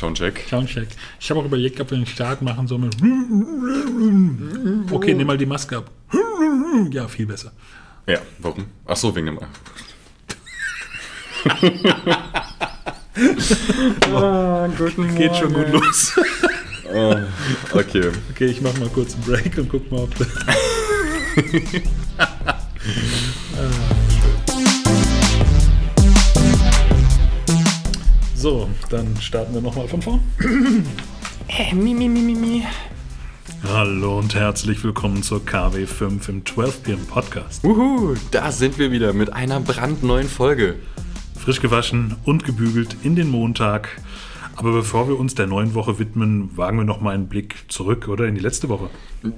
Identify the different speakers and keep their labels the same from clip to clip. Speaker 1: Soundcheck.
Speaker 2: Soundcheck. Ich habe auch überlegt, ob wir den Start machen sollen mit. Okay, nimm mal die Maske ab. Ja, viel besser.
Speaker 1: Ja, warum? Ach so, wegen dem.
Speaker 2: Ah, guten Morgen.
Speaker 1: Geht schon gut los. oh, okay.
Speaker 2: Okay, ich mache mal kurz einen Break und guck mal, ob das. So, dann starten wir nochmal von vorn.
Speaker 3: Äh, mi, mi, mi, mi, mi.
Speaker 2: Hallo und herzlich willkommen zur KW5 im 12 PM Podcast.
Speaker 1: Wuhu, da sind wir wieder mit einer brandneuen Folge.
Speaker 2: Frisch gewaschen und gebügelt in den Montag. Aber bevor wir uns der neuen Woche widmen, wagen wir nochmal einen Blick zurück oder in die letzte Woche.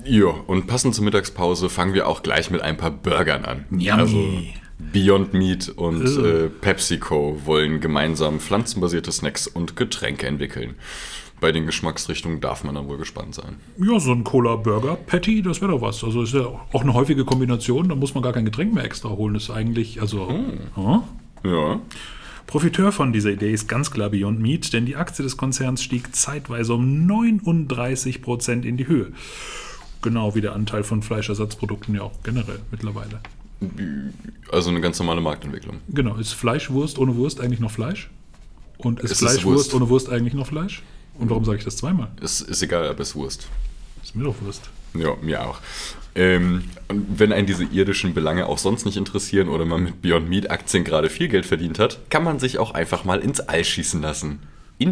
Speaker 1: Jo, und passend zur Mittagspause fangen wir auch gleich mit ein paar Burgern an.
Speaker 2: Yummy.
Speaker 1: Beyond Meat und
Speaker 2: Ugh.
Speaker 1: äh, PepsiCo wollen gemeinsam pflanzenbasierte Snacks und Getränke entwickeln. Bei den Geschmacksrichtungen darf man dann wohl gespannt sein.
Speaker 2: Ja, so ein Cola-Burger-Patty, das wäre doch was. Also ist ja auch eine häufige Kombination, da muss man gar kein Getränk mehr extra holen. Das ist eigentlich, also. Ja.
Speaker 1: Ja.
Speaker 2: Profiteur von dieser Idee ist ganz klar Beyond Meat, denn die Aktie des Konzerns stieg zeitweise um 39 Prozent in die Höhe. Genau wie der Anteil von Fleischersatzprodukten ja auch generell mittlerweile.
Speaker 1: Also eine ganz normale Marktentwicklung.
Speaker 2: Genau, ist Fleischwurst ohne Wurst eigentlich noch Fleisch? Und ist,
Speaker 1: Es ist
Speaker 2: Fleischwurst
Speaker 1: Wurst.
Speaker 2: ohne Wurst eigentlich noch Fleisch? Und warum sage ich das zweimal?
Speaker 1: Ist, ist egal, aber ist Wurst.
Speaker 2: Ist mir doch Wurst.
Speaker 1: Ja, mir auch. Ähm, und wenn einen diese irdischen Belange auch sonst nicht interessieren oder man mit Beyond Meat Aktien gerade viel Geld verdient hat, kann man sich auch einfach mal ins All schießen lassen.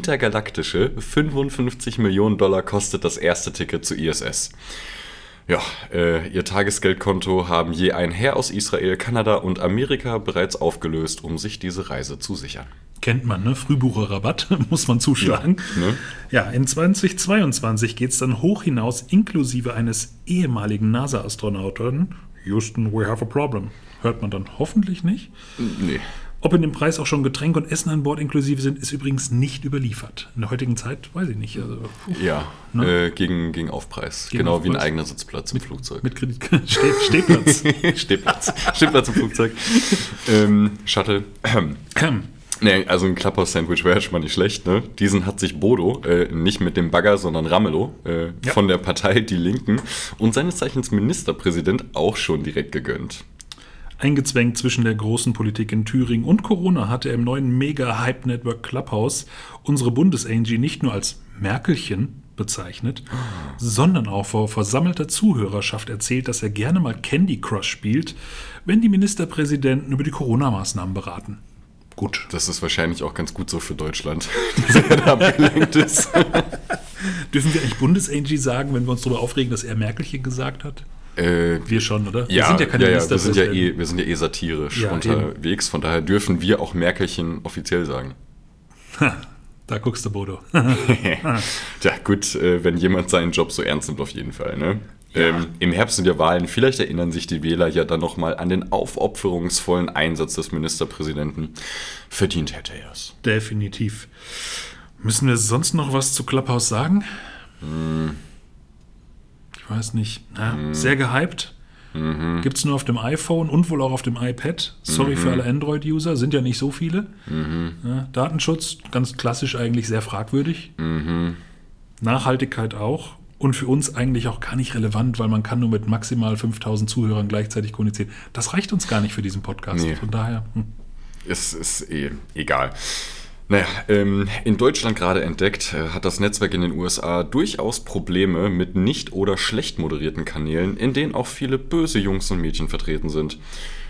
Speaker 1: Intergalaktische 55 Millionen Dollar kostet das erste Ticket zu ISS. Ja, äh, ihr Tagesgeldkonto haben je ein Herr aus Israel, Kanada und Amerika bereits aufgelöst, um sich diese Reise zu sichern.
Speaker 2: Kennt man, ne? Frühbucherrabatt, muss man zuschlagen. Ja,
Speaker 1: ne?
Speaker 2: in 2022 geht es dann hoch hinaus, inklusive eines ehemaligen NASA-Astronauten. Houston, we have a problem. Hört man dann hoffentlich nicht.
Speaker 1: Nee.
Speaker 2: Ob in dem Preis auch schon Getränk und Essen an Bord inklusive sind, ist übrigens nicht überliefert. In der heutigen Zeit weiß ich nicht. Also, puh.
Speaker 1: Ja, äh, gegen, gegen Aufpreis.
Speaker 2: Ne? Gegen
Speaker 1: genau wie ein
Speaker 2: Aufpreis.
Speaker 1: eigener Sitzplatz im Flugzeug.
Speaker 2: Mit Kredit Ste Stehplatz.
Speaker 1: Stehplatz. Stehplatz im Flugzeug. ähm, Shuttle.
Speaker 2: Ahem.
Speaker 1: Nee, also ein Klapper-Sandwich wäre schon mal nicht schlecht, ne? Diesen hat sich Bodo, äh, nicht mit dem Bagger, sondern Ramelow, äh,
Speaker 2: Ja.
Speaker 1: von der Partei Die Linken und seines Zeichens Ministerpräsident auch schon direkt gegönnt.
Speaker 2: Eingezwängt zwischen der großen Politik in Thüringen und Corona hatte er im neuen Mega-Hype-Network Clubhouse unsere Bundesangie nicht nur als Merkelchen bezeichnet, sondern auch vor versammelter Zuhörerschaft erzählt, dass er gerne mal Candy Crush spielt, wenn die Ministerpräsidenten über die Corona-Maßnahmen beraten. Gut.
Speaker 1: Das ist wahrscheinlich auch ganz gut so für Deutschland, dass er da abgelenkt ist.
Speaker 2: Dürfen wir eigentlich Bundesangie sagen, wenn wir uns darüber aufregen, dass er Merkelchen gesagt hat?
Speaker 1: Äh,
Speaker 2: Wir schon, oder?
Speaker 1: ja,
Speaker 2: wir sind ja keine
Speaker 1: ja, ja, wir, sind ja
Speaker 2: Ministerpräsidenten.
Speaker 1: eh, wir sind ja eh satirisch
Speaker 2: Ja,
Speaker 1: unterwegs, von daher dürfen wir auch Merkelchen offiziell sagen. eh
Speaker 2: Da guckst du, Bodo. Ah.
Speaker 1: Tja, gut, äh, wenn jemand seinen Job so ernst nimmt, auf jeden Fall. Ne? Ähm, Im Herbst sind ja Wahlen. Vielleicht erinnern sich die Wähler ja dann nochmal an den aufopferungsvollen Einsatz des Ministerpräsidenten. Verdient hätte er es.
Speaker 2: Definitiv. Müssen wir sonst noch was zu Clubhouse sagen? Ich weiß nicht. Na,
Speaker 1: Mhm.
Speaker 2: Sehr gehypt. Gibt es nur auf dem iPhone und wohl auch auf dem iPad.
Speaker 1: Mhm.
Speaker 2: Sorry für alle Android-User, sind ja nicht so viele. Ja, Datenschutz, ganz klassisch eigentlich sehr fragwürdig.
Speaker 1: Mhm.
Speaker 2: Nachhaltigkeit auch. Und für uns eigentlich auch gar nicht relevant, weil man kann nur mit maximal 5000 Zuhörern gleichzeitig kommunizieren. Das reicht uns gar nicht für diesen Podcast.
Speaker 1: Nee.
Speaker 2: Von daher, hm.
Speaker 1: Es ist eh egal. Naja, ähm, in Deutschland gerade entdeckt, äh, hat das Netzwerk in den USA durchaus Probleme mit nicht oder schlecht moderierten Kanälen, in denen auch viele böse Jungs und Mädchen vertreten sind.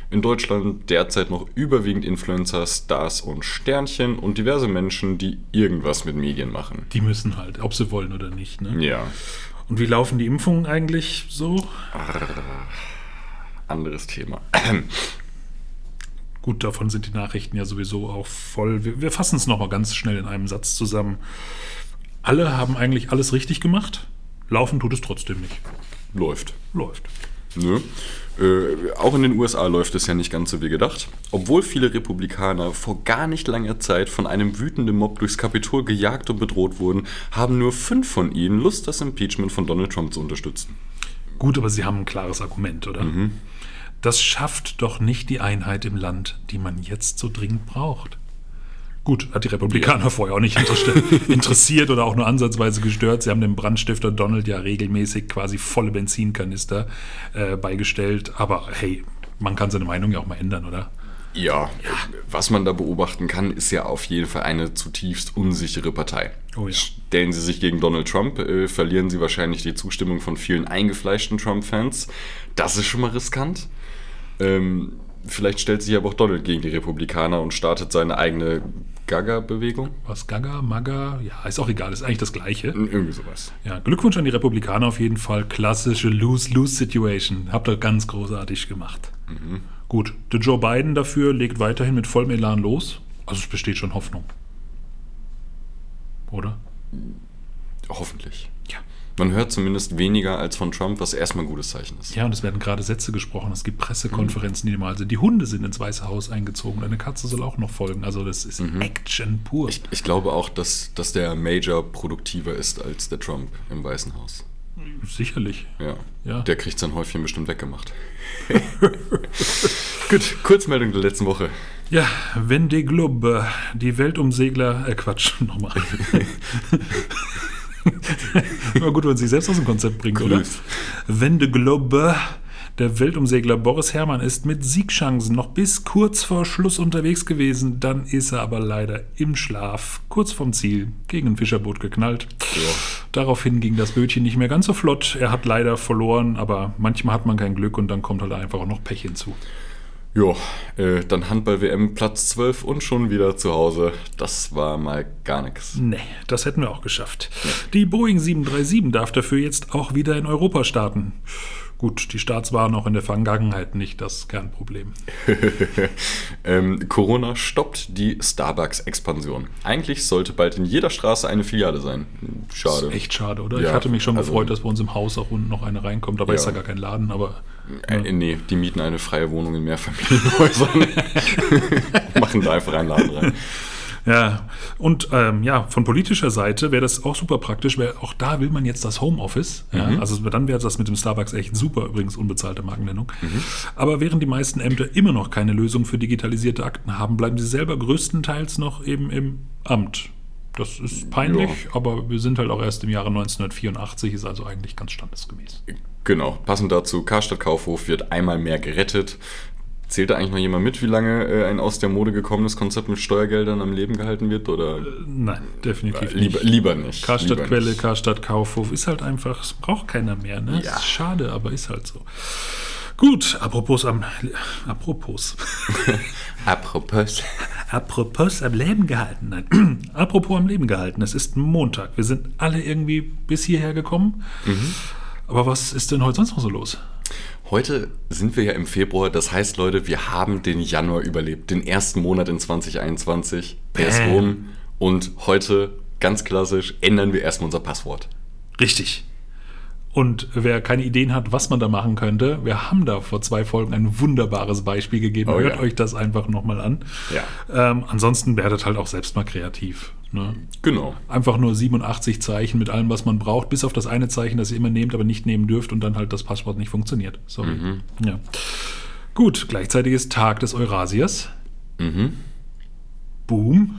Speaker 1: In Deutschland derzeit noch überwiegend Influencer, Stars und Sternchen und diverse Menschen, die irgendwas mit Medien machen.
Speaker 2: die müssen halt, ob sie wollen oder nicht. Ne?
Speaker 1: Ja,
Speaker 2: Und wie laufen die Impfungen eigentlich so?
Speaker 1: anderes Thema.
Speaker 2: Gut, davon sind die Nachrichten ja sowieso auch voll. Wir, wir fassen es nochmal ganz schnell in einem Satz zusammen. Alle haben eigentlich alles richtig gemacht. Laufen tut es trotzdem nicht.
Speaker 1: Läuft.
Speaker 2: Läuft.
Speaker 1: Nö. Äh, auch in den USA läuft es ja nicht ganz so wie gedacht. Obwohl viele Republikaner vor gar nicht langer Zeit von einem wütenden Mob durchs Kapitol gejagt und bedroht wurden, haben nur fünf von ihnen Lust, das Impeachment von Donald Trump zu unterstützen.
Speaker 2: Gut, aber sie haben ein klares Argument, oder? Das schafft doch nicht die Einheit im Land, die man jetzt so dringend braucht. Gut, hat die Republikaner vorher auch nicht interessiert- interessiert oder auch nur ansatzweise gestört. Sie haben dem Brandstifter Donald ja regelmäßig quasi volle Benzinkanister äh, beigestellt. Aber hey, man kann seine Meinung ja auch mal ändern, oder?
Speaker 1: Ja, was man da beobachten kann, ist ja auf jeden Fall eine zutiefst unsichere Partei.
Speaker 2: Oh ja.
Speaker 1: Stellen Sie sich gegen Donald Trump, äh, verlieren Sie wahrscheinlich die Zustimmung von vielen eingefleischten Trump-Fans. Das ist schon mal riskant. Ähm, vielleicht stellt sich aber auch Donald gegen die Republikaner und startet seine eigene Gaga-Bewegung.
Speaker 2: Was, Gaga, Maga? Ja, ist auch egal, ist eigentlich das Gleiche.
Speaker 1: Irgendwie sowas.
Speaker 2: Ja, Glückwunsch an die Republikaner auf jeden Fall. Klassische Lose-Lose-Situation. Habt ihr ganz großartig gemacht.
Speaker 1: Mhm.
Speaker 2: Gut, der Joe Biden dafür legt weiterhin mit vollem Elan los. Also es besteht schon Hoffnung. Oder?
Speaker 1: Hoffentlich.
Speaker 2: Ja.
Speaker 1: Man hört zumindest weniger als von Trump, was erstmal ein gutes Zeichen ist.
Speaker 2: Ja, und es werden gerade Sätze gesprochen. Es gibt Pressekonferenzen,
Speaker 1: Mhm.
Speaker 2: die mal sind. Die Hunde sind ins Weiße Haus eingezogen. und Eine Katze soll auch noch folgen. Also das ist Action pur.
Speaker 1: Mhm. Ich, ich glaube auch, dass, dass der Major produktiver ist als der Trump im Weißen Haus.
Speaker 2: Sicherlich.
Speaker 1: Ja.
Speaker 2: Ja.
Speaker 1: Der kriegt sein Häufchen bestimmt weggemacht. Gut, Kurzmeldung der letzten Woche.
Speaker 2: Ja, wenn die Globbe, die Weltumsegler, äh Quatsch, nochmal. Immer gut, wenn man sich selbst aus dem Konzept bringt,
Speaker 1: Grüß.
Speaker 2: oder? Wenn de Globbe, der Weltumsegler Boris Herrmann ist mit Siegchancen noch bis kurz vor Schluss unterwegs gewesen, dann ist er aber leider im Schlaf, kurz vom Ziel, gegen ein Fischerboot geknallt. Daraufhin ging das Bötchen nicht mehr ganz so flott. Er hat leider verloren, aber manchmal hat man kein Glück und dann kommt halt einfach auch noch Pech hinzu.
Speaker 1: Jo, äh, dann Handball-WM Platz 12 und schon wieder zu Hause. Das war mal gar nichts.
Speaker 2: Nee, das hätten wir auch geschafft. Die Boeing 737 darf dafür jetzt auch wieder in Europa starten. Gut, die Starts waren auch in der Vergangenheit nicht das Kernproblem.
Speaker 1: ähm, Corona stoppt die Starbucks-Expansion. Eigentlich sollte bald in jeder Straße eine Filiale sein. Schade.
Speaker 2: Ist echt schade, oder? ich
Speaker 1: Ja,
Speaker 2: hatte mich schon
Speaker 1: also-
Speaker 2: gefreut, dass bei uns im Haus auch unten noch eine reinkommt. Dabei ist da
Speaker 1: Ja.
Speaker 2: gar kein Laden, aber
Speaker 1: Äh, nee, die mieten eine freie Wohnung in Mehrfamilienhäusern. Machen da einfach einen Laden rein.
Speaker 2: Ja, und ähm, ja, von politischer Seite wäre das auch super praktisch, weil auch da will man jetzt das Homeoffice. Ja?
Speaker 1: Mhm.
Speaker 2: Also dann wäre das mit dem Starbucks echt super, übrigens unbezahlte Markennennung.
Speaker 1: Mhm.
Speaker 2: Aber während die meisten Ämter immer noch keine Lösung für digitalisierte Akten haben, bleiben sie selber größtenteils noch eben im Amt. Das ist peinlich,
Speaker 1: Ja.
Speaker 2: aber wir sind halt auch erst im Jahre 1984, ist also eigentlich ganz standesgemäß. Äh,
Speaker 1: Genau, passend dazu, Karstadt Kaufhof wird einmal mehr gerettet. Zählt da eigentlich noch jemand mit, wie lange äh, ein aus der Mode gekommenes Konzept mit Steuergeldern am Leben gehalten wird? Oder
Speaker 2: Nein, definitiv
Speaker 1: Äh, lieber,
Speaker 2: Äh, nicht.
Speaker 1: lieber nicht.
Speaker 2: Karstadt
Speaker 1: lieber
Speaker 2: Quelle,
Speaker 1: nicht.
Speaker 2: Karstadt Kaufhof ist halt einfach, es braucht keiner mehr. Ne?
Speaker 1: Ja.
Speaker 2: Ist schade, aber ist halt so. Gut, apropos am apropos
Speaker 1: Apropos.
Speaker 2: apropos am Leben gehalten. Nein, apropos am Leben gehalten. Es ist Montag. Wir sind alle irgendwie bis hierher gekommen.
Speaker 1: Mhm.
Speaker 2: Aber was ist denn heute sonst noch so los?
Speaker 1: Heute sind wir ja im Februar, das heißt, Leute, wir haben den Januar überlebt, den ersten Monat in 2021. Der ist
Speaker 2: Bam.
Speaker 1: rum. Und heute, ganz klassisch, ändern wir erstmal unser Passwort.
Speaker 2: Richtig. Und wer keine Ideen hat, was man da machen könnte, wir haben da vor zwei Folgen ein wunderbares Beispiel gegeben.
Speaker 1: Oh
Speaker 2: Hört
Speaker 1: ja.
Speaker 2: euch das einfach nochmal an.
Speaker 1: Ja.
Speaker 2: Ähm, ansonsten werdet halt auch selbst mal kreativ. Ne?
Speaker 1: Genau.
Speaker 2: Einfach nur 87 Zeichen mit allem, was man braucht, bis auf das eine Zeichen, das ihr immer nehmt, aber nicht nehmen dürft und dann halt das Passwort nicht funktioniert. Sorry. Ja. Gut, gleichzeitig ist Tag des Eurasiers. Boom.
Speaker 1: Mhm.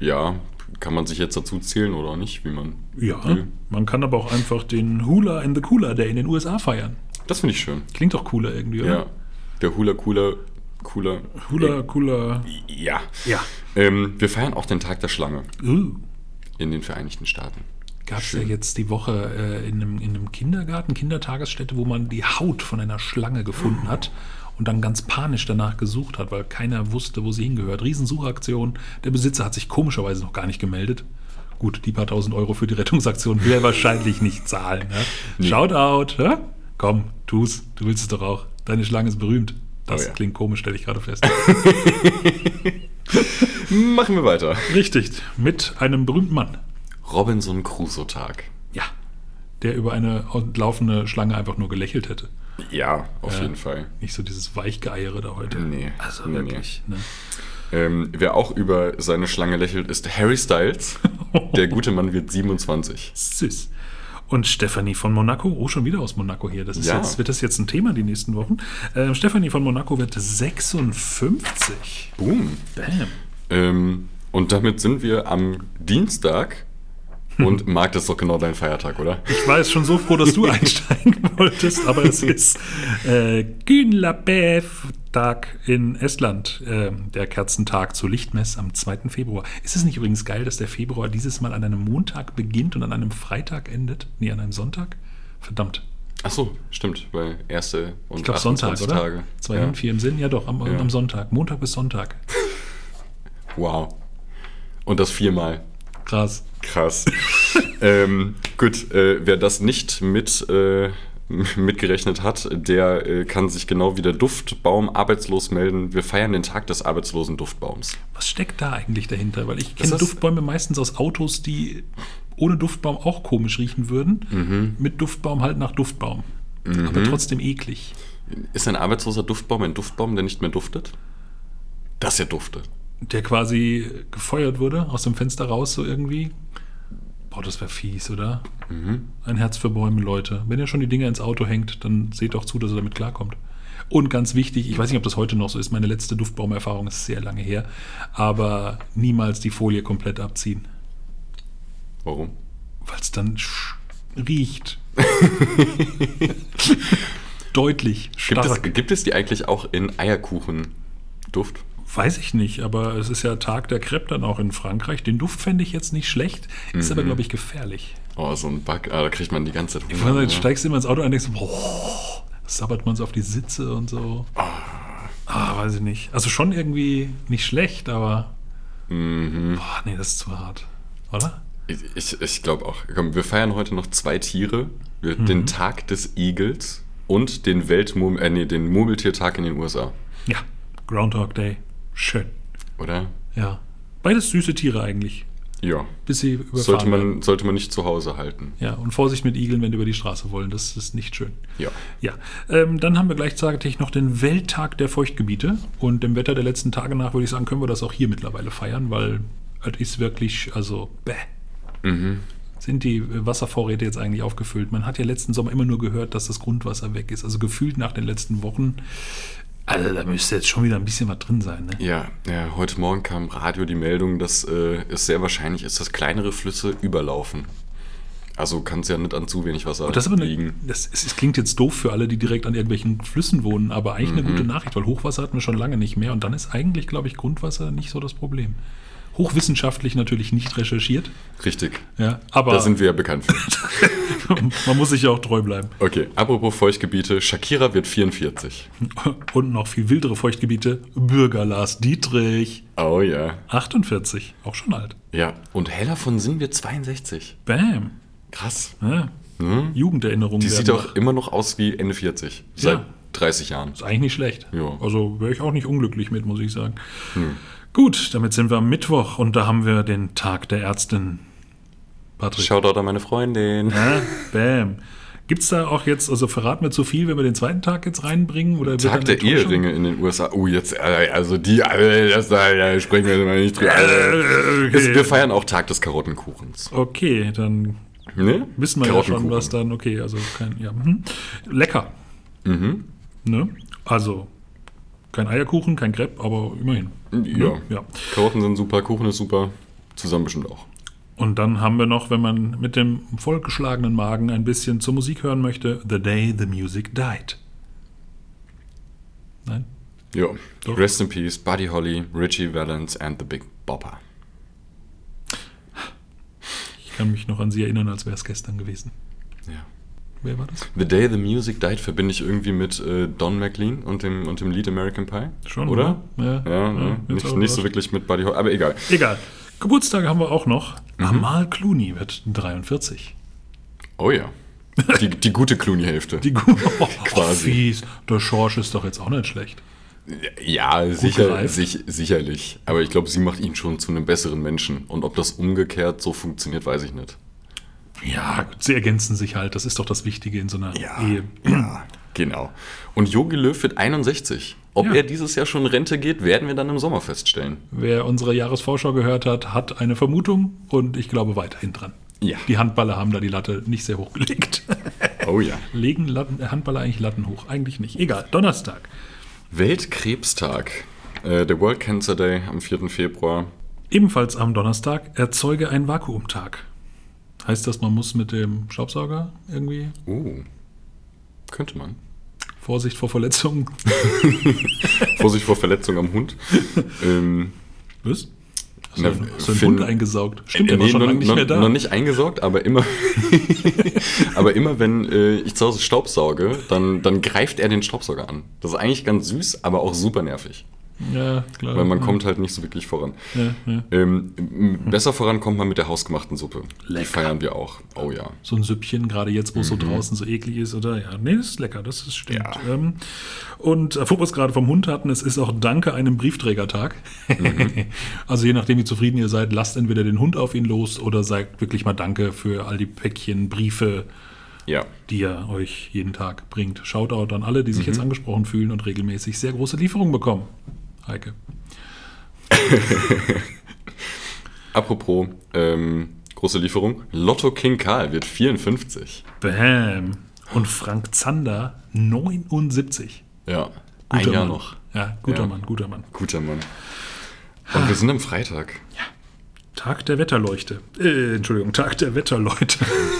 Speaker 1: Ja, kann man sich jetzt dazu zählen oder nicht, wie man.
Speaker 2: Ja. Man kann aber auch einfach den Hula in the Cooler Day in den USA feiern.
Speaker 1: Das finde ich schön.
Speaker 2: Klingt doch cooler irgendwie, oder?
Speaker 1: Ja. Der Hula Cooler. Cooler.
Speaker 2: Cooler, cooler.
Speaker 1: Ja.
Speaker 2: Ja.
Speaker 1: Ähm, wir feiern auch den Tag der Schlange
Speaker 2: Uh.
Speaker 1: in den Vereinigten Staaten.
Speaker 2: Gab es ja
Speaker 1: Schön.
Speaker 2: jetzt die Woche äh, in, einem, in einem Kindergarten, Kindertagesstätte, wo man die Haut von einer Schlange gefunden hat und dann ganz panisch danach gesucht hat, weil keiner wusste, wo sie hingehört. Riesensuchaktion. Der Besitzer hat sich komischerweise noch gar nicht gemeldet. Gut, die paar tausend Euro für die Rettungsaktion will er wahrscheinlich nicht zahlen. Ne? Shoutout. Ja? Komm, tu's. Du willst es doch auch. Deine Schlange ist berühmt. Das
Speaker 1: Oh ja.
Speaker 2: klingt komisch, stelle ich gerade fest.
Speaker 1: Machen wir weiter.
Speaker 2: Richtig, mit einem berühmten Mann.
Speaker 1: Robinson Crusoe-Tag.
Speaker 2: Ja. Der über eine laufende Schlange einfach nur gelächelt hätte.
Speaker 1: Ja, auf
Speaker 2: Ja.
Speaker 1: jeden Fall.
Speaker 2: Nicht so dieses Weichgeeiere da heute.
Speaker 1: Nee,
Speaker 2: Also
Speaker 1: nee,
Speaker 2: wirklich. Ne?
Speaker 1: Ähm, wer auch über seine Schlange lächelt, ist Harry Styles. Der gute Mann wird 27.
Speaker 2: Süß. Und Stefanie von Monaco, oh, schon wieder aus Monaco hier. Das ist
Speaker 1: Ja.
Speaker 2: jetzt, wird das jetzt ein Thema die nächsten Wochen. Ähm, Stefanie von Monaco wird 56.
Speaker 1: Boom.
Speaker 2: Bam.
Speaker 1: Ähm, Und damit sind wir am Dienstag. Und Marc, das ist doch genau dein Feiertag, oder?
Speaker 2: Ich war jetzt schon so froh, dass du einsteigen wolltest, aber es ist äh, Günlabev-Tag in Estland, äh, der Kerzentag zur Lichtmess am 2. Februar. Ist es nicht übrigens geil, dass der Februar dieses Mal an einem Montag beginnt und an einem Freitag endet? Nee, an einem Sonntag? Verdammt.
Speaker 1: Ach so, stimmt, weil erste und
Speaker 2: Ich glaube Sonntag,
Speaker 1: 28
Speaker 2: oder?
Speaker 1: Tage.
Speaker 2: Zwei
Speaker 1: ja.
Speaker 2: Hirn, vier im Sinn? Ja doch, am,
Speaker 1: Ja.
Speaker 2: am Sonntag. Montag bis Sonntag.
Speaker 1: Wow. Und das viermal.
Speaker 2: Krass.
Speaker 1: Krass. ähm, gut, äh, wer das nicht mit, äh, mitgerechnet hat, der äh, kann sich genau wie der Duftbaum arbeitslos melden. Wir feiern den Tag des arbeitslosen Duftbaums.
Speaker 2: Was steckt da eigentlich dahinter? Weil ich
Speaker 1: Das
Speaker 2: kenne
Speaker 1: ist-
Speaker 2: Duftbäume meistens aus Autos, die ohne Duftbaum auch komisch riechen würden.
Speaker 1: Mhm.
Speaker 2: Mit Duftbaum halt nach Duftbaum. Aber trotzdem eklig.
Speaker 1: Ist ein arbeitsloser Duftbaum ein Duftbaum, der nicht mehr duftet? Dass er duftet.
Speaker 2: Der quasi gefeuert wurde, aus dem Fenster raus, so irgendwie. Boah, das wäre fies, oder? Ein Herz für Bäume, Leute. Wenn ihr schon die Dinger ins Auto hängt, dann seht doch zu, dass ihr damit klarkommt. Und ganz wichtig, ich weiß nicht, ob das heute noch so ist, meine letzte Duftbaumerfahrung ist sehr lange her, aber niemals die Folie komplett abziehen.
Speaker 1: Warum?
Speaker 2: weil es dann sch- riecht. Deutlich.
Speaker 1: Gibt
Speaker 2: Stark.
Speaker 1: es, gibt es die eigentlich auch in Eierkuchen-Duft?
Speaker 2: Weiß ich nicht, aber es ist ja Tag der Crepe dann auch in Frankreich. Den Duft fände ich jetzt nicht schlecht, ist
Speaker 1: Mhm.
Speaker 2: aber, glaube ich, gefährlich.
Speaker 1: Oh, so ein Bug. Ah, da kriegt man die ganze Zeit
Speaker 2: Wenn
Speaker 1: Hunger.
Speaker 2: du
Speaker 1: ne?
Speaker 2: steigst immer ins Auto ein und denkst, boah, sabbert man so auf die Sitze und so. Ah, weiß ich nicht. Also schon irgendwie nicht schlecht, aber boah, nee, das ist zu hart. Oder?
Speaker 1: Ich, ich, ich glaube auch. Komm, wir feiern heute noch zwei Tiere. Wir,
Speaker 2: Mhm.
Speaker 1: Den Tag des Igels und den Weltmurm äh, nee, den Murmeltiertag in den USA.
Speaker 2: Ja, Groundhog Day. Schön.
Speaker 1: Oder?
Speaker 2: Ja. Beides süße Tiere eigentlich.
Speaker 1: Ja.
Speaker 2: Bis sie überfahren
Speaker 1: Sollte
Speaker 2: werden.
Speaker 1: man, sollte man nicht zu Hause halten.
Speaker 2: Ja, und Vorsicht mit Igeln, wenn die über die Straße wollen. Das ist nicht schön.
Speaker 1: Ja.
Speaker 2: Ja, ähm, dann haben wir gleichzeitig noch den Welttag der Feuchtgebiete. Und dem Wetter der letzten Tage nach würde ich sagen, können wir das auch hier mittlerweile feiern, weil es ist wirklich, also, bäh.
Speaker 1: Mhm.
Speaker 2: Sind die äh, Wasservorräte jetzt eigentlich aufgefüllt? Man hat ja letzten Sommer immer nur gehört, dass das Grundwasser weg ist. Also gefühlt nach den letzten Wochen, also da müsste jetzt schon wieder ein bisschen was drin sein. Ne?
Speaker 1: Ja, ja, heute Morgen kam im Radio die Meldung, dass äh, es sehr wahrscheinlich ist, dass kleinere Flüsse überlaufen. Also kann es ja nicht an zu wenig Wasser
Speaker 2: Oh, Das, ist aber eine,
Speaker 1: liegen.
Speaker 2: das, es, es klingt jetzt doof für alle, die direkt an irgendwelchen Flüssen wohnen, aber eigentlich
Speaker 1: Mhm.
Speaker 2: eine gute Nachricht, weil Hochwasser hatten wir schon lange nicht mehr und dann ist eigentlich, glaube ich, Grundwasser nicht so das Problem. Hochwissenschaftlich natürlich nicht recherchiert,
Speaker 1: Richtig.
Speaker 2: ja, aber
Speaker 1: Da sind wir ja bekannt für.
Speaker 2: man muss sich ja auch treu bleiben.
Speaker 1: Okay, apropos Feuchtgebiete, Shakira wird 44.
Speaker 2: Und noch viel wildere Feuchtgebiete, Bürger Lars Dietrich,
Speaker 1: Oh ja.
Speaker 2: 48, auch schon alt.
Speaker 1: Ja, und Hella von Sinn wird 62.
Speaker 2: Bam,
Speaker 1: Krass.
Speaker 2: ja. Jugenderinnerungen.
Speaker 1: Mhm. Die
Speaker 2: werden
Speaker 1: sieht
Speaker 2: wach.
Speaker 1: auch immer noch aus wie Ende 40. Seit
Speaker 2: Ja.
Speaker 1: 30 Jahren.
Speaker 2: Ist eigentlich nicht schlecht.
Speaker 1: Ja. Hm.
Speaker 2: Also wäre ich auch nicht unglücklich mit, muss ich sagen. Gut, damit sind wir am Mittwoch und da haben wir den Tag der Ärztin. Patrick.
Speaker 1: Shoutout an meine Freundin.
Speaker 2: Ja, bam. Gibt es da auch jetzt, also verraten wir zu viel, wenn wir den zweiten Tag jetzt reinbringen? Oder wird
Speaker 1: Tag
Speaker 2: dann
Speaker 1: der
Speaker 2: Enttäuschung?
Speaker 1: Eheringe in den USA. Oh, jetzt, äh, also die, äh, das, da, da sprechen wir mal nicht drüber. Äh,
Speaker 2: Okay.
Speaker 1: es- Wir feiern auch Tag des Karottenkuchens.
Speaker 2: okay, dann
Speaker 1: Ne?
Speaker 2: wissen wir ja schon,
Speaker 1: Karottenkuchen.
Speaker 2: was dann, okay, also kein, ja. mhm. Lecker.
Speaker 1: Mhm.
Speaker 2: Ne? Also, kein Eierkuchen, kein Crepe, aber immerhin. Ne?
Speaker 1: Ja.
Speaker 2: Ja.
Speaker 1: Karotten sind super, Kuchen ist super. Zusammen bestimmt auch.
Speaker 2: Und dann haben wir noch, wenn man mit dem vollgeschlagenen Magen ein bisschen zur Musik hören möchte, The Day the Music Died. Nein?
Speaker 1: Ja.
Speaker 2: Doch.
Speaker 1: Rest in Peace, Buddy Holly, Richie Valens and the Big Bopper.
Speaker 2: Ich kann mich noch an sie erinnern, als wäre es gestern gewesen.
Speaker 1: Ja.
Speaker 2: Wer war das?
Speaker 1: The Day the Music Died verbinde ich irgendwie mit äh, Don McLean und dem, und dem Lied American Pie. oder?
Speaker 2: Ja,
Speaker 1: Ja,
Speaker 2: ja,
Speaker 1: ne? nicht,
Speaker 2: jetzt aber
Speaker 1: nicht so
Speaker 2: überrascht.
Speaker 1: wirklich mit Buddy Holly, aber egal.
Speaker 2: Egal. Geburtstage haben wir auch noch.
Speaker 1: Mhm.
Speaker 2: Amal Clooney wird 43.
Speaker 1: Oh ja. Die, die gute Clooney-Hälfte.
Speaker 2: Die gute. Oh,
Speaker 1: Quasi.
Speaker 2: Fies. Der Schorsch ist doch jetzt auch nicht schlecht.
Speaker 1: Ja, sicher,
Speaker 2: gereift.
Speaker 1: sich, sicherlich. Aber ich glaube, sie macht ihn schon zu einem besseren Menschen. Und ob das umgekehrt so funktioniert, weiß ich nicht.
Speaker 2: Ja, Ah, gut, sie ergänzen sich halt. Das ist doch das Wichtige in so einer Ehe.
Speaker 1: ja. Genau. Und Jogi Löw wird 61. Ob
Speaker 2: Ja.
Speaker 1: er dieses Jahr schon in Rente geht, werden wir dann im Sommer feststellen.
Speaker 2: Wer unsere Jahresvorschau gehört hat, hat eine Vermutung und ich glaube weiterhin dran.
Speaker 1: Ja.
Speaker 2: Die Handballer haben da die Latte nicht sehr hoch gelegt.
Speaker 1: Oh ja.
Speaker 2: Legen Latten, Handballer eigentlich Latten hoch? Eigentlich nicht. Egal, Donnerstag.
Speaker 1: Weltkrebstag. Äh, der World Cancer Day am 4. Februar.
Speaker 2: Ebenfalls am Donnerstag erzeuge einen Vakuumtag. Heißt das, man muss mit dem Staubsauger irgendwie
Speaker 1: Uh. Könnte man.
Speaker 2: Vorsicht vor Verletzungen?
Speaker 1: Vorsicht vor Verletzung am Hund. ähm,
Speaker 2: Was? Hast
Speaker 1: Na,
Speaker 2: du hast du den
Speaker 1: Finn-
Speaker 2: Hund eingesaugt? Stimmt, der war
Speaker 1: äh, nee,
Speaker 2: schon
Speaker 1: noch,
Speaker 2: lange nicht
Speaker 1: noch,
Speaker 2: mehr da.
Speaker 1: noch nicht eingesaugt, aber immer, aber immer wenn äh, ich zu Hause Staubsauge, dann, dann greift er den Staubsauger an. Das ist eigentlich ganz süß, aber auch super nervig,
Speaker 2: Ja, klar.
Speaker 1: weil man kommt halt nicht so wirklich voran.
Speaker 2: Mhm. Ja, ja.
Speaker 1: Ähm, m- besser voran kommt man mit der hausgemachten Suppe. Die
Speaker 2: Lecker.
Speaker 1: feiern wir auch. Oh ja.
Speaker 2: So ein Süppchen, gerade jetzt, wo es so draußen so eklig ist, oder? Ja, nee, das ist lecker, das ist stimmt.
Speaker 1: Mhm. Ja.
Speaker 2: Ähm, und äh, wo wir es gerade vom Hund hatten, es ist auch Danke einem Briefträgertag.
Speaker 1: Mhm.
Speaker 2: also je nachdem, wie zufrieden ihr seid, lasst entweder den Hund auf ihn los oder sagt wirklich mal Danke für all die Päckchen, Briefe,
Speaker 1: Ja.
Speaker 2: die er euch jeden Tag bringt. Shoutout an alle, die
Speaker 1: Mhm.
Speaker 2: sich jetzt angesprochen fühlen und regelmäßig sehr große Lieferungen bekommen. Heike.
Speaker 1: Apropos ähm, große Lieferung. Lotto King Karl wird 54.
Speaker 2: Bam. Und Frank Zander 79.
Speaker 1: Ja. Ein Jahr
Speaker 2: Mann.
Speaker 1: noch.
Speaker 2: Ja, guter
Speaker 1: Ja.
Speaker 2: Mann, guter Mann.
Speaker 1: Guter Mann. Und wir sind am Freitag.
Speaker 2: Tag der Wetterleuchte. Äh, Entschuldigung, Tag der Wetterleute.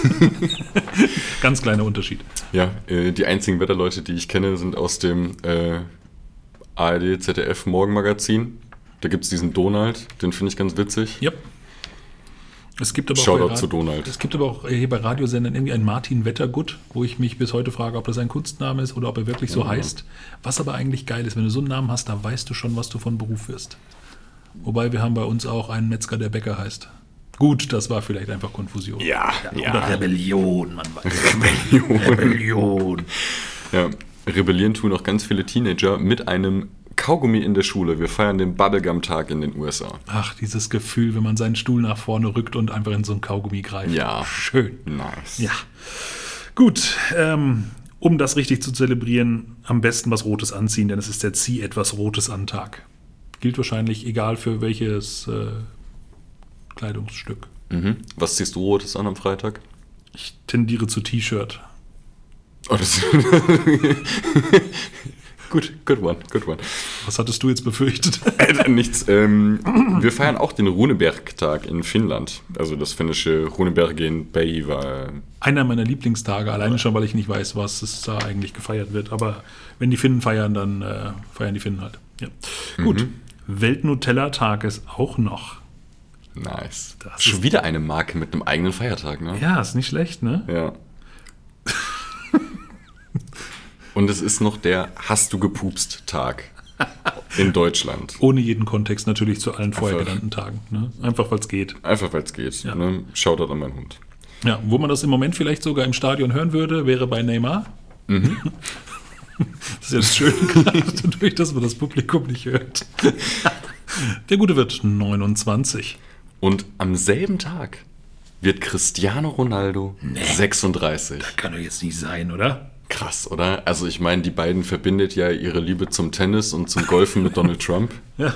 Speaker 2: Ganz kleiner Unterschied.
Speaker 1: Ja, äh, die einzigen Wetterleute, die ich kenne, sind aus dem äh, ARD ZDF Morgenmagazin. Da gibt es diesen Donald, den finde ich ganz witzig.
Speaker 2: Yep. Es gibt aber
Speaker 1: Shoutout
Speaker 2: auch bei Ra-
Speaker 1: zu Donald.
Speaker 2: Es gibt aber auch hier bei Radiosendern irgendwie einen Martin Wettergut, wo ich mich bis heute frage, ob das ein Kunstname ist oder ob er wirklich so heißt. Was aber eigentlich geil ist, wenn du so einen Namen hast, dann weißt du schon, was du von Beruf wirst. Wobei wir haben bei uns auch einen Metzger, der Bäcker heißt. Gut, das war vielleicht einfach Konfusion.
Speaker 1: Ja,
Speaker 4: Oder Rebellion, man weiß.
Speaker 1: Rebellion.
Speaker 4: Rebellion.
Speaker 1: ja. Rebellieren tun auch ganz viele Teenager mit einem Kaugummi in der Schule. Wir feiern den Bubblegum-Tag in den USA.
Speaker 2: Ach, dieses Gefühl, wenn man seinen Stuhl nach vorne rückt und einfach in so ein Kaugummi greift.
Speaker 1: Ja.
Speaker 2: Schön.
Speaker 1: Nice.
Speaker 2: Ja. Gut, ähm, um das richtig zu zelebrieren, am besten was Rotes anziehen, denn es ist der Zieh etwas Rotes an Tag. Gilt wahrscheinlich egal für welches äh, Kleidungsstück.
Speaker 1: Mhm. Was ziehst du Rotes an am Freitag?
Speaker 2: Ich tendiere zu T-Shirt.
Speaker 1: Oh, das Gut, good one, good one.
Speaker 2: Was hattest du jetzt befürchtet?
Speaker 1: Äh, Nichts. Ähm, wir feiern auch den Runeberg-Tag in Finnland. Also das finnische Runebergen Päivä.
Speaker 2: Einer meiner Lieblingstage, alleine schon, weil ich nicht weiß, was es da eigentlich gefeiert wird. Aber wenn die Finnen feiern, dann äh, feiern die Finnen halt. Ja. Gut. Welt-Nutella-Tag ist auch noch.
Speaker 1: Nice.
Speaker 2: Das ist-
Speaker 1: Schon wieder eine Marke mit einem eigenen Feiertag, ne?
Speaker 2: Ja, ist nicht schlecht, ne?
Speaker 1: Ja. Und es ist noch der Hast du gepupst Tag in Deutschland.
Speaker 2: Ohne jeden Kontext natürlich zu allen vorher
Speaker 1: Einfach.
Speaker 2: genannten Tagen. Ne? Einfach weil es geht.
Speaker 1: Einfach weil es geht.
Speaker 2: Ja.
Speaker 1: Ne? Shoutout an meinen Hund.
Speaker 2: Ja, wo man das im Moment vielleicht sogar im Stadion hören würde, wäre bei Neymar. das ist ja das Schöne gerade dadurch, dass man das Publikum nicht hört. Der Gute wird 29.
Speaker 1: Und am selben Tag wird Cristiano Ronaldo 36.
Speaker 4: Kann doch jetzt nicht sein, oder?
Speaker 1: Krass, oder? Also ich meine, die beiden verbindet ja ihre Liebe zum Tennis und zum Golfen mit Donald Trump.
Speaker 2: Ja.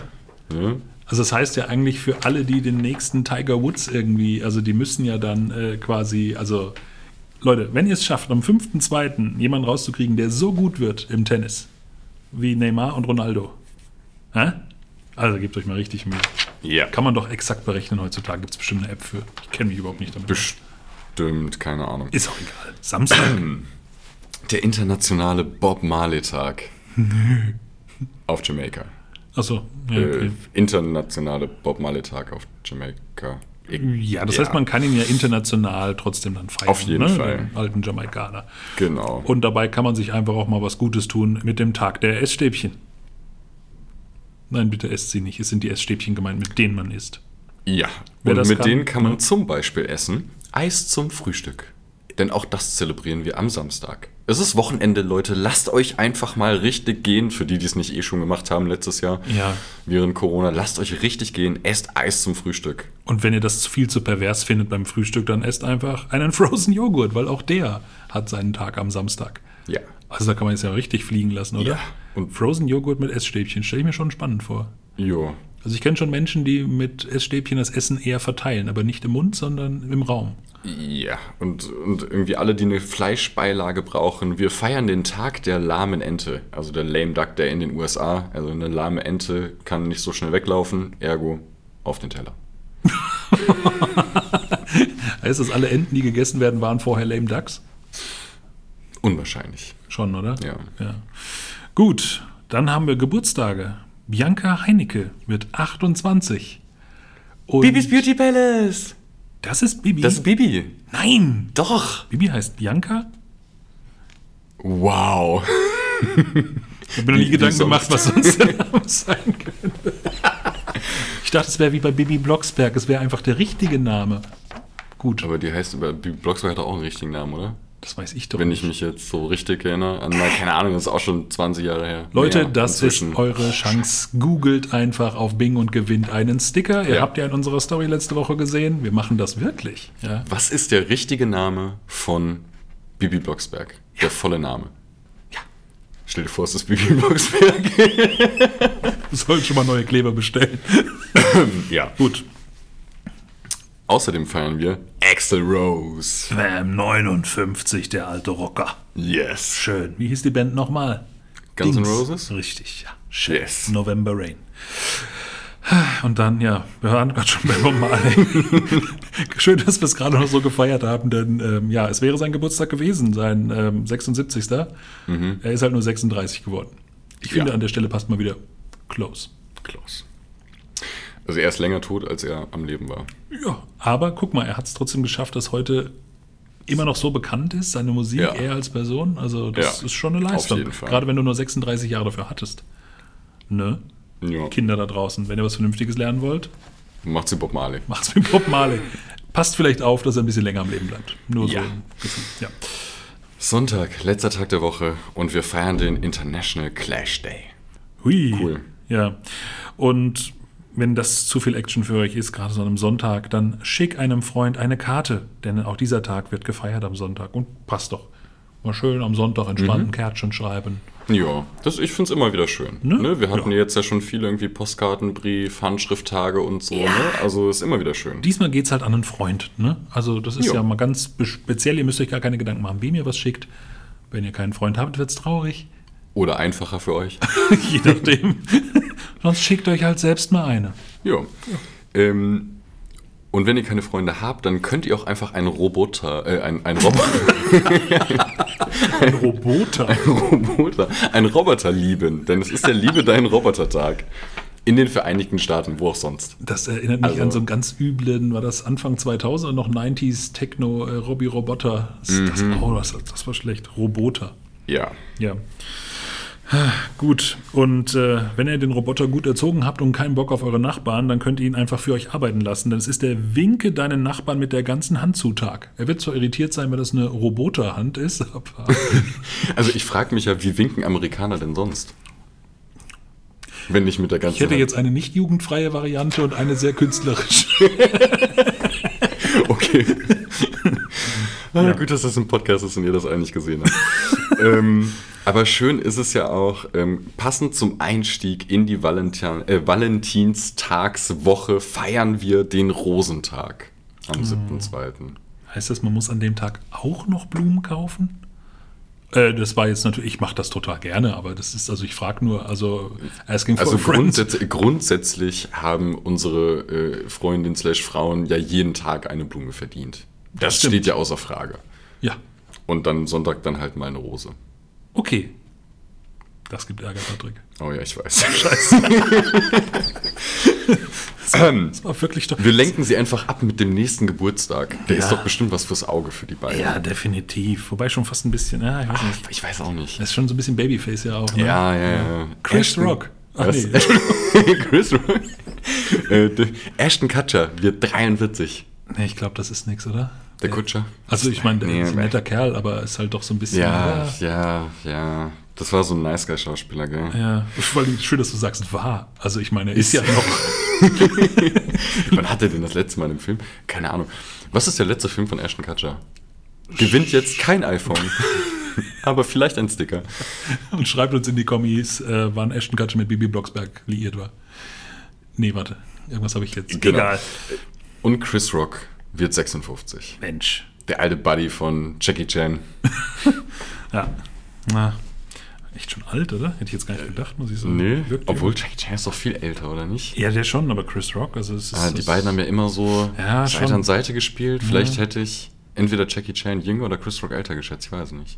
Speaker 1: Ne?
Speaker 2: Also das heißt ja eigentlich für alle, die den nächsten Tiger Woods irgendwie, also die müssen ja dann äh, quasi, also Leute, wenn ihr es schafft, am 5.2. jemanden rauszukriegen, der so gut wird im Tennis wie Neymar und Ronaldo. Hä? Also gebt euch mal richtig Mühe.
Speaker 1: Ja.
Speaker 2: Kann man doch exakt berechnen heutzutage, gibt es bestimmt eine App für. Ich kenne mich überhaupt nicht damit. aus.
Speaker 1: Bestimmt, keine Ahnung.
Speaker 2: Ist auch egal. Samstag.
Speaker 1: Der internationale Bob Marley-Tag. auf Jamaika.
Speaker 2: Achso, ja, okay.
Speaker 1: Äh, internationale Bob Marley-Tag auf Jamaika. Ich-
Speaker 2: Ja, das
Speaker 1: ja.
Speaker 2: heißt, man kann ihn ja international trotzdem dann feiern. ne,
Speaker 1: Auf jeden Fall.
Speaker 2: Den alten Jamaikaner.
Speaker 1: Genau.
Speaker 2: Und dabei kann man sich einfach auch mal was Gutes tun mit dem Tag der Essstäbchen. Nein, bitte esst sie nicht. Es sind die Essstäbchen gemeint, mit denen man isst.
Speaker 1: ja.
Speaker 2: Wer
Speaker 1: Und
Speaker 2: das
Speaker 1: mit
Speaker 2: kann,
Speaker 1: denen kann man
Speaker 2: ne?
Speaker 1: zum Beispiel essen Eis zum Frühstück. Denn auch das zelebrieren wir am Samstag. Es ist Wochenende, Leute. Lasst euch einfach mal richtig gehen. Für die, die es nicht eh schon gemacht haben letztes Jahr.
Speaker 2: Ja.
Speaker 1: Während Corona. Lasst euch richtig gehen. Esst Eis zum Frühstück.
Speaker 2: Und wenn ihr das viel zu pervers findet beim Frühstück, dann esst einfach einen Frozen Joghurt, weil auch der hat seinen Tag am Samstag.
Speaker 1: Ja.
Speaker 2: Also da kann man es ja richtig fliegen lassen, oder?
Speaker 1: Ja.
Speaker 2: Und Frozen Joghurt mit Essstäbchen stelle ich mir schon spannend vor.
Speaker 1: Jo.
Speaker 2: Also ich kenne schon Menschen, die mit Essstäbchen das Essen eher verteilen, aber nicht im Mund, sondern im Raum.
Speaker 1: Ja, und, und irgendwie alle, die eine Fleischbeilage brauchen, wir feiern den Tag der lahmen Ente, also der Lame Duck Day in den USA. Also eine lahme Ente kann nicht so schnell weglaufen, ergo auf den Teller.
Speaker 2: Heißt das, alle Enten, die gegessen werden, waren vorher lame Ducks?
Speaker 1: Unwahrscheinlich.
Speaker 2: Schon, oder?
Speaker 1: Ja.
Speaker 2: ja. Gut, dann haben wir Geburtstage. Bianca Heinecke mit 28. Und
Speaker 1: Bibis Beauty Palace.
Speaker 2: Das ist Bibi.
Speaker 1: Das ist Bibi.
Speaker 2: Nein!
Speaker 1: Doch.
Speaker 2: Bibi heißt Bianca?
Speaker 1: Wow.
Speaker 2: Ich habe mir noch
Speaker 1: Wie-
Speaker 2: nie
Speaker 1: wie
Speaker 2: Gedanken
Speaker 1: sonst?
Speaker 2: gemacht, was sonst der Name sein könnte. Ich dachte, es wäre wie bei Bibi Blocksberg. Es wäre einfach der richtige Name. Gut,
Speaker 1: Aber die heißt, aber Bibi Blocksberg hat doch auch einen richtigen Namen, oder?
Speaker 2: das weiß ich doch.
Speaker 1: Wenn
Speaker 2: nicht.
Speaker 1: ich mich jetzt so richtig erinnere. An, na, keine Ahnung, das ist auch schon 20 Jahre her.
Speaker 2: Leute,
Speaker 1: Mehr
Speaker 2: das
Speaker 1: inzwischen.
Speaker 2: ist eure Chance. Googelt einfach auf Bing und gewinnt einen Sticker. Ihr
Speaker 1: Ja.
Speaker 2: habt ja in unserer Story letzte Woche gesehen. Wir machen das wirklich. Ja.
Speaker 1: Was ist der richtige Name von Bibi Blocksberg? Der volle Name.
Speaker 2: Ja.
Speaker 1: Stell dir vor, es ist Bibi Blocksberg.
Speaker 2: Wir sollten schon mal neue Kleber bestellen.
Speaker 1: ja.
Speaker 2: Gut.
Speaker 1: Außerdem feiern wir Axel Rose.
Speaker 4: Bam, 59, der alte Rocker.
Speaker 1: Yes.
Speaker 2: Schön. Wie hieß die Band nochmal?
Speaker 1: Guns N'
Speaker 2: Dings.
Speaker 1: Roses?
Speaker 2: Richtig, ja. Schön.
Speaker 1: Yes.
Speaker 2: November Rain. Und dann, ja, wir hören gerade schon bei Bob Marley. Schön, dass wir es gerade noch so gefeiert haben, denn ähm, ja, es wäre sein Geburtstag gewesen, sein ähm, 76. Er ist halt nur 36 geworden. Ich finde,
Speaker 1: Mhm. Ja.
Speaker 2: an der Stelle passt mal wieder close.
Speaker 1: Close. Also er ist länger tot, als er am Leben war.
Speaker 2: Ja, aber guck mal, er hat es trotzdem geschafft, dass heute immer noch so bekannt ist, seine Musik,
Speaker 1: Ja.
Speaker 2: er als Person. Also, das
Speaker 1: Ja,
Speaker 2: ist schon eine
Speaker 1: auf
Speaker 2: Leistung.
Speaker 1: jeden Fall.
Speaker 2: Gerade wenn du nur 36 Jahre dafür hattest. Ne?
Speaker 1: Ja.
Speaker 2: Kinder da draußen, wenn ihr was Vernünftiges lernen wollt,
Speaker 1: Macht sie Bob Marley.
Speaker 2: macht's wie Bob Marley. Passt vielleicht auf, dass er ein bisschen länger am Leben bleibt. Nur
Speaker 1: Ja.
Speaker 2: so ein Gefühl. Ja.
Speaker 1: Sonntag, letzter Tag der Woche und wir feiern den International Clash Day.
Speaker 2: Hui.
Speaker 1: Cool.
Speaker 2: Ja. Und wenn das zu viel Action für euch ist, gerade so an einem Sonntag, dann schick einem Freund eine Karte, denn auch dieser Tag wird gefeiert am Sonntag und passt doch. Mal schön am Sonntag entspannt ein Kärtchen schreiben.
Speaker 1: Ja, das, ich finde es immer wieder schön.
Speaker 2: Ne?
Speaker 1: Ne? Wir hatten ja. jetzt ja schon viele irgendwie Postkartenbrief, Handschrifttage und so. Ne? Also ist immer wieder schön.
Speaker 2: Diesmal geht es halt an einen Freund. Ne? Also das ist
Speaker 1: Jo.
Speaker 2: ja mal ganz be- speziell. Ihr müsst euch gar keine Gedanken machen, wem ihr was schickt. Wenn ihr keinen Freund habt, wird es traurig.
Speaker 1: Oder einfacher für euch.
Speaker 2: Je nachdem. Sonst schickt euch halt selbst mal eine.
Speaker 1: ja. Ähm, und wenn ihr keine Freunde habt, dann könnt ihr auch einfach einen Roboter, äh, ein, ein Roboter.
Speaker 2: Ein Roboter.
Speaker 1: Roboter, ein Roboter lieben, denn es ist der Liebe deinen Robotertag. In den Vereinigten Staaten, wo auch sonst.
Speaker 2: Das erinnert mich
Speaker 1: Also-
Speaker 2: an so einen ganz üblen, war das Anfang 2000 noch 90s Techno äh, Robby Roboter. Das, das, oh, das, das war schlecht. Roboter.
Speaker 1: Ja.
Speaker 2: Ja. Gut, und äh, wenn ihr den Roboter gut erzogen habt und keinen Bock auf eure Nachbarn, dann könnt ihr ihn einfach für euch arbeiten lassen. Denn es ist der Winke deinen Nachbarn mit der ganzen Hand zu Tag. Er wird zwar irritiert sein, weil das eine Roboterhand ist, aber
Speaker 1: Also ich frage mich ja, wie winken Amerikaner denn sonst? Wenn nicht mit der ganzen
Speaker 2: ich hätte
Speaker 1: Hand.
Speaker 2: jetzt eine nicht jugendfreie Variante und eine sehr künstlerische.
Speaker 1: Okay. Ah, Gut, dass das ein Podcast ist und ihr das eigentlich gesehen habt. ähm, aber schön ist es ja auch, ähm, passend zum Einstieg in die Valentin äh, Valentinstagswoche feiern wir den Rosentag am
Speaker 2: Mhm.
Speaker 1: 7.2.
Speaker 2: Heißt das, man muss an dem Tag auch noch Blumen kaufen? Äh, das war jetzt natürlich, ich mache das total gerne, aber das ist, also ich frage nur, also asking for
Speaker 1: Also
Speaker 2: a friend.
Speaker 1: grundsätz grundsätzlich haben unsere äh, Freundinnen slash Frauen ja jeden Tag eine Blume verdient. Das,
Speaker 2: stimmt.
Speaker 1: steht ja außer Frage.
Speaker 2: Ja,
Speaker 1: Und dann Sonntag dann halt mal eine Rose.
Speaker 2: okay. Das gibt Ärger, Patrick.
Speaker 1: Oh ja, ich weiß. Scheiße. ähm,
Speaker 2: Das war wirklich doch.
Speaker 1: wir lenken sie einfach ab mit dem nächsten Geburtstag. Der ist
Speaker 2: Ja.
Speaker 1: doch bestimmt was fürs Auge für die beiden.
Speaker 2: Ja, definitiv. Wobei schon fast ein bisschen, ja, ich weiß nicht.
Speaker 1: Ich weiß auch nicht.
Speaker 2: Das ist schon so ein bisschen Babyface ja auch. Ne?
Speaker 1: Ja, ja, ja.
Speaker 2: Chris Rock. Ach
Speaker 1: Was?
Speaker 2: nee.
Speaker 1: Chris Rock. Äh, der- Ashton Kutcher wird 43.
Speaker 2: Nee, ich glaube, das ist nichts, oder?
Speaker 1: Der Kutscher.
Speaker 2: Also ich meine, der
Speaker 1: Nee,
Speaker 2: ist ein
Speaker 1: nee.
Speaker 2: netter Kerl, aber ist halt doch so ein bisschen.
Speaker 1: Ja, ja, ja. Das war so ein nice guy Schauspieler, gell?
Speaker 2: ja. Vor allem schön, dass du sagst, war. Also ich meine, er ist ja noch.
Speaker 1: Wann hat er denn das letzte Mal im Film? Keine Ahnung. Was ist der letzte Film von Ashton Kutcher? Gewinnt jetzt kein iPhone. aber vielleicht ein Sticker.
Speaker 2: Und schreibt uns in die Kommis, äh, wann Ashton Kutcher mit Bibi Blocksberg liiert war. Nee, warte. Irgendwas habe ich jetzt.
Speaker 1: Genau. Und Chris Rock wird 56.
Speaker 4: Mensch.
Speaker 1: Der alte Buddy von Jackie Chan.
Speaker 2: Ja. Na. Echt schon alt, oder? Hätte ich jetzt gar nicht gedacht, muss ich sagen.
Speaker 1: Nee,
Speaker 2: Wirkt
Speaker 1: obwohl Jack Chan ist doch viel älter, oder nicht?
Speaker 2: Ja, der schon, aber Chris Rock, also es ist.
Speaker 1: Ah, die
Speaker 2: das-
Speaker 1: beiden haben ja immer so
Speaker 2: Ja,
Speaker 1: Seite
Speaker 2: schon.
Speaker 1: an Seite gespielt. Vielleicht hätte ich entweder Jackie Chan jünger oder Chris Rock älter geschätzt, ich weiß nicht.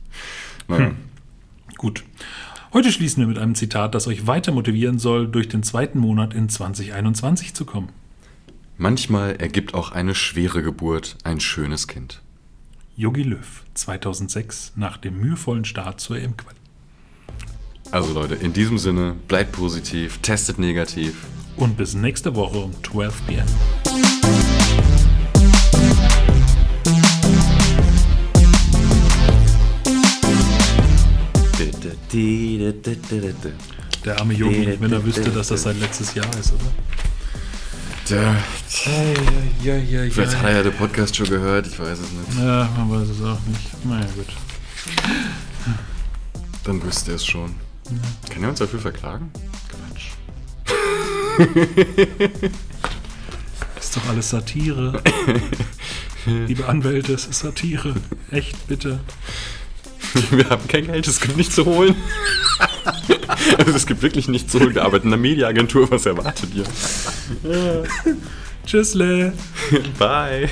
Speaker 1: Naja.
Speaker 2: Hm. Gut. Heute schließen wir mit einem Zitat, das euch weiter motivieren soll, durch den zweiten Monat in 2021 zu kommen.
Speaker 1: Manchmal ergibt auch eine schwere Geburt ein schönes Kind.
Speaker 2: Yogi Löw, 2006, nach dem mühevollen Start zur EM-Quali.
Speaker 1: Also Leute, in diesem Sinne, bleibt positiv, testet negativ.
Speaker 2: Und bis nächste Woche um 12 Uhr. Der arme Yogi, wenn er wüsste, dass das sein letztes Jahr ist, oder?
Speaker 1: Der
Speaker 2: Ja, ja, ja.
Speaker 1: vielleicht hat er ja den Podcast schon gehört, ich weiß es nicht.
Speaker 2: Ja, Äh, man weiß es auch nicht. Na ja, gut.
Speaker 1: Dann wüsste er es schon. Kann er uns dafür verklagen? Quatsch.
Speaker 2: Ist doch alles Satire. Liebe Anwälte, es ist Satire. Echt, bitte.
Speaker 1: Wir haben kein Geld, es gibt nichts zu holen. Also es gibt wirklich nichts zu holen. Wir arbeiten in einer Mediaagentur, was erwartet ihr?
Speaker 2: Tschüssle.
Speaker 1: Bye.